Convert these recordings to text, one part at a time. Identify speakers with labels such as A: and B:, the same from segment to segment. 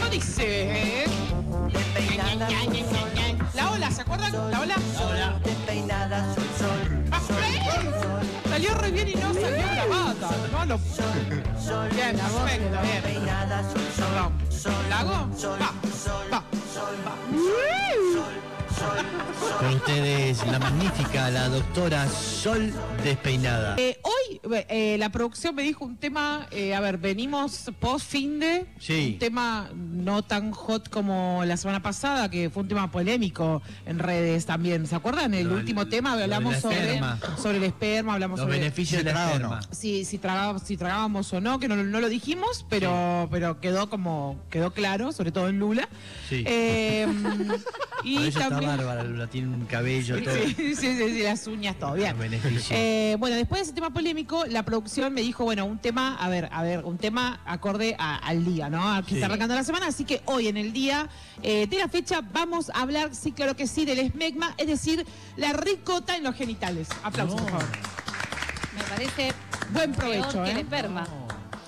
A: parece, ¿eh?
B: Despeinada soy sol,
A: La ola, ¿se acuerdan? La ola.
B: sol, despeinada soy sol,
A: ¡Ah, sí! Salió re bien y no salió grabada. No lo
B: sol, sol,
A: Bien,
B: la voz de
A: perfecto,
B: la
A: bien.
B: despeinada soy sol, sol,
A: ¿La hago?
B: sol,
A: Va,
B: sol,
A: va.
B: sol,
A: ¡Uy!
B: sol, sol,
C: Con ustedes la magnífica, la doctora Sol Despeinada.
A: Eh, hoy eh, la producción me dijo un tema, eh, a ver, venimos post fin de
C: Sí.
A: un tema no tan hot como la semana pasada, que fue un tema polémico en redes también. ¿Se acuerdan? El
C: Lo del-
A: último tema
C: lo de
A: hablamos
C: la
A: sobre,
C: esperma.
A: sobre el esperma, hablamos
C: Los
A: sobre
C: beneficios de la esperma.
A: si, si, tragábamos, si tragábamos o no, que no, no lo dijimos, pero, pero quedó como, quedó claro, sobre todo en Lula.
C: Sí.
A: Eh,
C: Por
A: y
C: eso está
A: también.
C: bárbara, la tiene un cabello todo.
A: Sí, sí, sí, sí, las uñas, todo bien.
C: Un beneficio.
A: Eh, bueno, después de ese tema polémico, la producción me dijo, bueno, un tema, a ver, a ver, un tema acorde a- al día, ¿no? A que
C: Sí.
A: está arrancando la semana, así que hoy en el día eh, de la fecha vamos a hablar, sí, claro que sí, del esmegma, es decir, la ricota en los genitales.
C: Oh.
A: Aplausos, por favor.
D: Me parece
A: Buen
D: peor
A: provecho,
D: que el
A: ¿eh?
D: esperma.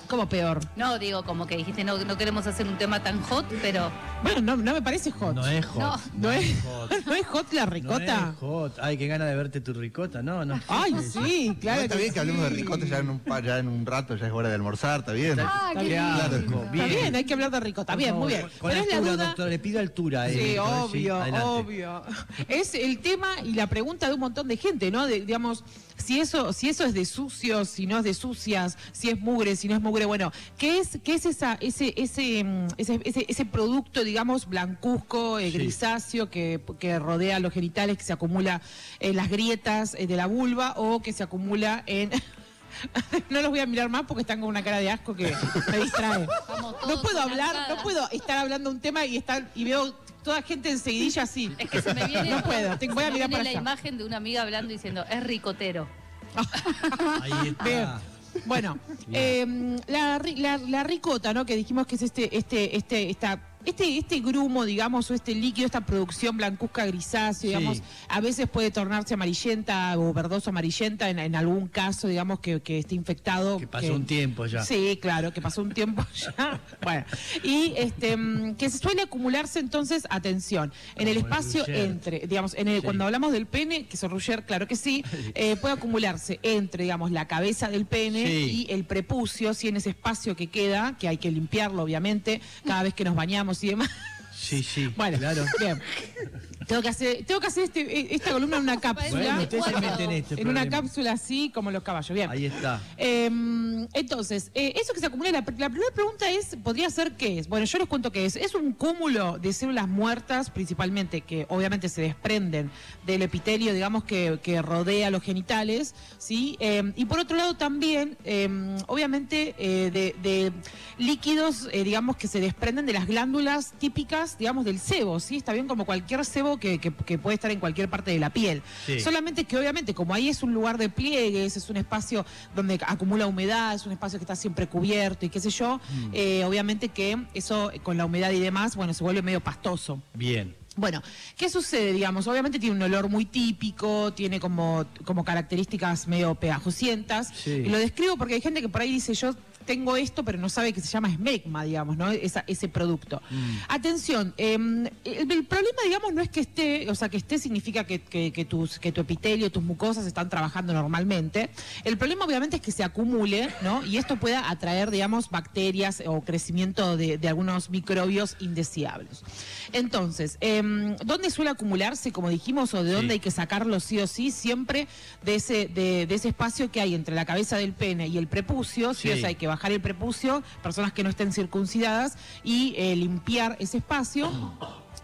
A: Como peor.
D: No, digo, como que dijiste, no, no queremos hacer un tema tan hot, pero
A: Bueno, no, no me parece hot.
C: No es hot.
D: No.
A: No es-
C: hot.
A: ¿No es hot la ricota?
C: No es hot. Ay, qué gana de verte tu ricota. No, no.
A: Ay, sí, claro.
E: Igual está bien que hablemos de ricota ya en, un, pa- ya en un rato, ya es hora de almorzar, está bien.
D: Ah,
C: Qué asco.
A: Está bien, hay que hablar de ricota. Bien, muy bien.
C: Con
A: Pero es la
C: altura,
A: duda.
C: doctor, le pido altura. eh,
A: Sí,
C: doctor, sí,
A: obvio,
C: adelante.
A: obvio. Es el tema y la pregunta de un montón de gente, ¿no? De- digamos, si eso, si eso es de sucios, si no es de sucias, si es mugre, si no es mugre, bueno, ¿qué es, qué es esa, ese, ese, mm, ese, ese- ese producto, digamos, blancuzco, eh,
C: Sí.
A: grisáceo que, que rodea los genitales, que se acumula en las grietas eh, de la vulva o que se acumula en. No los voy a mirar más porque están con una cara de asco que me distrae.
D: Vamos
A: No
D: todos
A: puedo
D: con
A: hablar,
D: arcadas.
A: no puedo estar hablando un tema y estar y veo toda gente enseguidilla así.
D: es que se me viene.
A: No puedo, te- voy a
D: se
A: mirar
D: me viene
A: para
D: la
A: allá.
D: imagen de una amiga hablando diciendo, es ricotero.
C: Ahí
A: Bien.
C: está.
A: Bueno, eh, la, ri- la- la ricota, ¿no? Que dijimos que es este, este, este, esta, este, este grumo, digamos, o este líquido, esta producción blancuzca grisáceo,
C: Sí.
A: digamos, a veces puede tornarse amarillenta o verdoso amarillenta en, en algún caso, digamos, que, que esté infectado.
C: Que pasó un tiempo ya.
A: Sí, claro, que pasó un tiempo ya. Bueno, y este mm, que se suele acumularse entonces, atención, en el
C: Como el
A: espacio
C: Ruger.
A: entre, digamos, en el,
C: Sí.
A: cuando hablamos del pene, que es el Ruger, claro que sí, eh, puede acumularse entre, digamos, la cabeza del pene
C: Sí.
A: y el prepucio, si en ese espacio que queda, que hay que limpiarlo, obviamente, cada vez que nos bañamos y demás.
C: Sí, sí.
A: Bueno,
C: claro.
A: bien. Tengo que hacer, tengo que hacer este- esta columna en una cápsula.
C: Bueno, usted se
D: Wow.
C: mete en este
A: en una
C: problema.
A: cápsula así como los caballos. Bien.
C: Ahí está.
A: Eh, entonces, eh, eso que se acumula, la, la primera pregunta es, ¿podría ser qué es? Bueno, yo les cuento qué es. Es un cúmulo de células muertas, principalmente, que obviamente se desprenden del epitelio, digamos, que, que rodea los genitales, ¿sí? Eh, y por otro lado también, eh, obviamente, eh, de, de líquidos, eh, digamos, que se desprenden de las glándulas típicas, digamos, del sebo, ¿sí? Está bien como cualquier sebo que, que- que puede estar en cualquier parte de la piel.
C: Sí.
A: Solamente que obviamente como ahí es un lugar de pliegues, es un espacio donde acumula humedad, es un espacio que está siempre cubierto y qué sé yo,
C: Mm.
A: eh, obviamente que eso eh, con la humedad y demás, bueno, se vuelve medio pastoso.
C: Bien.
A: Bueno, ¿qué sucede? Digamos, obviamente tiene un olor muy típico, tiene como, como características medio pegajosientas.
C: Sí.
A: Y lo describo porque hay gente que por ahí dice, yo tengo esto, pero no sabe que se llama esmegma, digamos, ¿no? Esa- ese producto. Atención, eh, el, el problema, digamos, no es que esté, o sea, que esté significa que, que- que tus, que tu epitelio, tus mucosas están trabajando normalmente. El problema, obviamente, es que se acumule, ¿no? Y esto pueda atraer, digamos, bacterias o crecimiento de, de algunos microbios indeseables. Entonces, em, ¿dónde suele acumularse, como dijimos, o de dónde
C: Sí.
A: hay que sacarlo sí o sí? Siempre de ese, de, de ese espacio que hay entre la cabeza del pene y el prepucio, sí. o
C: Sí.
A: sea, hay que bajar el prepucio, personas que no estén circuncidadas, y eh, limpiar ese espacio.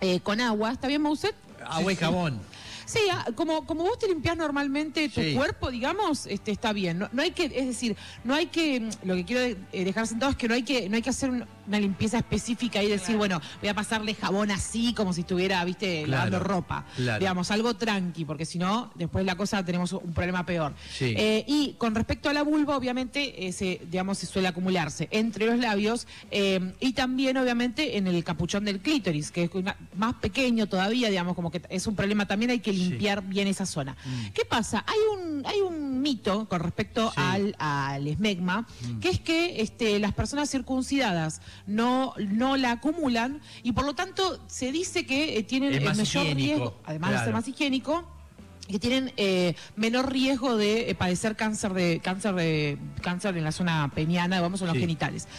A: eh, con agua, ¿está bien, Mouset?
C: Agua y jabón.
A: Sí, ah, como, como vos te limpias normalmente tu
C: Sí.
A: cuerpo, digamos, este, está bien. No, no hay que, es decir, no hay que, mm, lo que quiero eh, dejar sentado es que no hay que, no hay que hacer un- una limpieza específica y decir, bueno, voy a pasarle jabón así, como si estuviera, viste,
C: Claro,
A: lavando ropa.
C: claro.
A: Digamos, algo tranqui, porque si no, después la cosa tenemos un problema peor.
C: Sí.
A: Eh, y con respecto a la vulva, obviamente, eh, se, digamos, se suele acumularse entre los labios eh, y también, obviamente, en el capuchón del clítoris, que es una- más pequeño todavía, digamos, como que es un problema también, hay que
C: Sí. Mm.
A: limpiar bien esa zona. ¿Qué pasa? Hay un, hay un mito con respecto
C: Sí. Mm.
A: al, al esmegma, que es que este, las personas circuncidadas no, no la acumulan y por lo tanto se dice que eh, tienen
C: Es
A: el
C: más
A: mayor
C: higiénico,
A: riesgo, además de ser
C: claro.
A: más higiénico, que tienen eh, menor riesgo de eh, padecer cáncer de cáncer de cáncer en la zona peniana, vamos, en los
C: Sí.
A: genitales.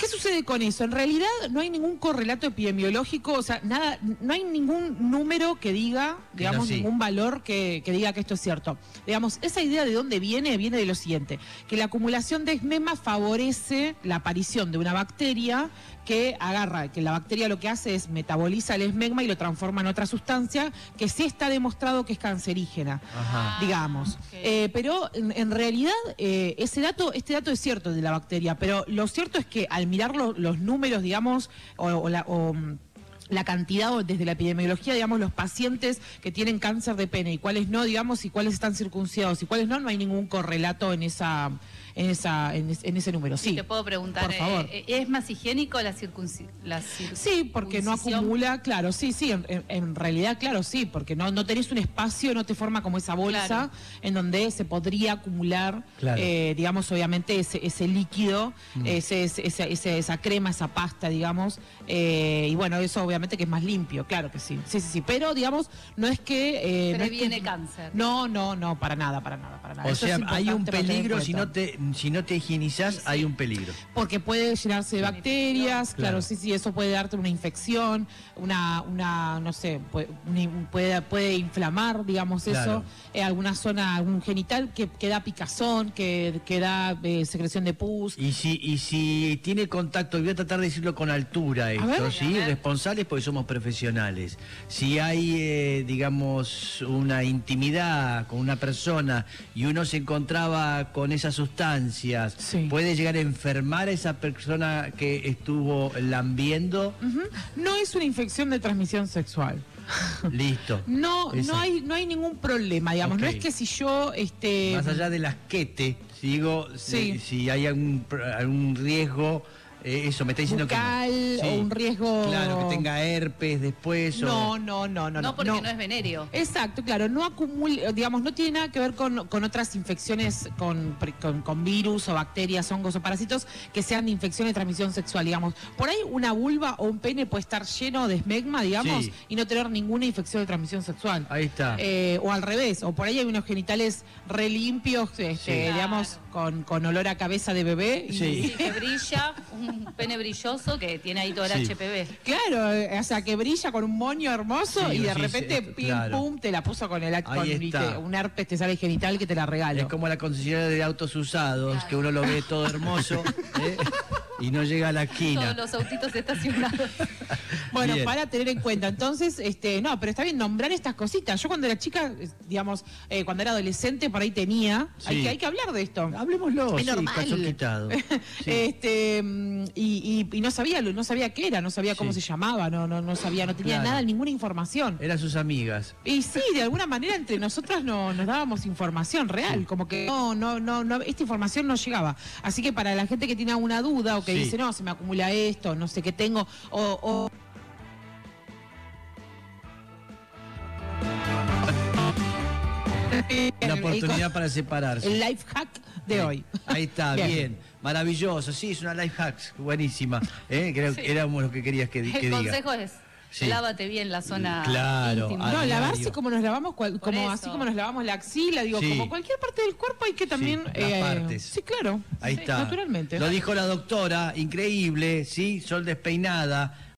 A: ¿Qué sucede con eso? En realidad no hay ningún correlato epidemiológico, o sea, nada, no hay ningún número que diga,
C: Que no,
A: digamos,
C: sí.
A: ningún valor que, que diga que esto es cierto. Digamos, esa idea de dónde viene, viene de lo siguiente, que la acumulación de esmema favorece la aparición de una bacteria que agarra, que la bacteria lo que hace es metaboliza el esmegma y lo transforma en otra sustancia que sí está demostrado que es cancerígena
C: Ajá.
A: digamos.
D: ok.
A: Eh, pero en, en realidad eh, ese dato, este dato es cierto de la bacteria, pero lo cierto es que al mirar lo- los números, digamos, o, o la, o, mm, la cantidad o desde la epidemiología, digamos, los pacientes que tienen cáncer de pene y cuáles no, digamos, y cuáles están circuncidados y cuáles no, no hay ningún correlato en esa, en esa, en, es- en ese número. Sí.
D: Te puedo preguntar,
A: Por favor.
D: eh, eh, ¿es más higiénico la circuncisión?
A: Sí, porque no acumula, claro, sí, sí, en, en- en realidad, claro, sí, porque no, no tenés un espacio, no te forma como esa bolsa
D: Claro.
A: en donde se podría acumular,
C: Claro. Mm.
A: eh, digamos, obviamente, ese, ese líquido, ese, ese- esa- esa- esa crema, esa pasta, digamos, eh, y bueno, eso obviamente que es más limpio, claro que sí, sí, sí, sí, pero digamos, no es que... eh, no es que-
D: Previene cáncer.
A: No, no, no, para nada, para nada, para nada.
C: O
A: Ah, Eso es
C: sea, hay un
A: importante para tener en
C: peligro, si
A: cuenta.
C: no te, si no te higienizás, hay un peligro.
A: Porque puede llenarse de
D: Una
A: bacterias,
C: infección.
A: claro,
C: Claro.
A: sí, sí, eso puede darte una infección, una, una no sé, puede, un- puede, puede inflamar, digamos
C: Claro.
A: eso, eh, alguna zona, algún genital que, que da picazón, que, que da eh, secreción de pus.
C: Y si, y si tiene contacto, y voy a tratar de decirlo con altura esto,
A: ver.
C: ¿sí?
D: A ver.
C: Responsables porque somos profesionales. Si hay, eh, digamos, una intimidad con una persona y uno se encontraba con esas sustancias,
A: Sí.
C: ¿puede llegar a enfermar a esa persona que estuvo lambiendo?
A: Ujú. No es una infección de transmisión sexual.
C: Listo.
A: No,
C: Esa.
A: no hay, no hay ningún problema, digamos. No
C: Ok.
A: es que si yo, este,
C: Más allá del asquete, si digo, si,
A: Sí.
C: si hay algún, pr- algún riesgo, eh, eso, me está diciendo
A: Bucal,
C: que... no.
A: o un riesgo-
C: Claro, que tenga herpes después o...
A: no, no, no, no,
D: No, porque no, es venéreo.
A: Exacto, claro, no acumula, digamos, no tiene nada que ver con, con otras infecciones, con, pre- con, con virus o bacterias, hongos o parásitos que sean de infección de transmisión sexual, digamos. Por ahí una vulva o un pene puede estar lleno de esmegma, digamos,
C: Sí.
A: y no tener ninguna infección de transmisión sexual.
C: Ahí está.
A: Eh, o al revés, o por ahí hay unos genitales re limpios, este,
C: Sí.
A: digamos, con, con olor a cabeza de bebé. y-
C: Sí.
D: Sí, que brilla, un pene brilloso que tiene ahí todo el
C: Sí.
D: HPV.
A: Claro, eh, o sea, que brilla con un moño hermoso
C: Sí,
A: y de
C: sí, sí,
A: repente,
C: esto,
A: pim,
C: claro.
A: pum, te la puso con el ac-
C: Ahí
A: con- y
C: está.
A: te- un herpes, te sale genital que te la regalo.
C: Es como la concesionaria de autos usados, que uno lo ve todo hermoso ¿eh? y no llega a la esquina.
D: Todos los autitos estacionados.
A: Bueno,
C: Bien.
A: para tener en cuenta, entonces, este, no, pero está bien nombrar estas cositas. Yo cuando era chica, eh, digamos, eh, cuando era adolescente, por ahí tenía.
C: Sí.
A: Hay, que, hay que hablar de esto.
C: Hablemoslo,
A: Es
C: sí,
A: normal.
C: calzón quitado. Sí.
A: Este mm, y, y- y no sabía lo- no sabía qué era, no sabía cómo
C: Sí.
A: se llamaba, no, no, no sabía, no tenía
C: Claro.
A: nada, ninguna información.
C: Eran sus amigas.
A: Y sí, de alguna manera entre nosotras no, nos dábamos información real, como que no, no, no, no, esta información no llegaba. Así que para la gente que tiene alguna duda o que
C: Sí.
A: dice, no, se me acumula esto, no sé qué tengo, o, o-
C: Una oportunidad para separarse.
A: el life hack de
C: Sí.
A: hoy.
C: Ahí está, bien.
A: Bien.
C: Maravilloso. Sí, es una life hacks buenísima. ¿eh? Creo que era lo que querías que, di- que
D: El
C: diga.
D: consejo es,
C: Sí.
D: lávate bien la zona
C: Claro,
D: íntima.
C: a
A: No,
C: Oh, diario.
A: lavarse como nos lavamos, cual-
D: Por
A: como
D: eso.
A: así como nos lavamos la axila, digo,
C: Sí.
A: como cualquier parte del cuerpo hay que también... eh,
C: las partes.
A: Sí, claro.
C: Ahí
A: Sí,
C: está.
A: Naturalmente.
C: Lo dijo la doctora, increíble, ¿sí? Sol despeinada.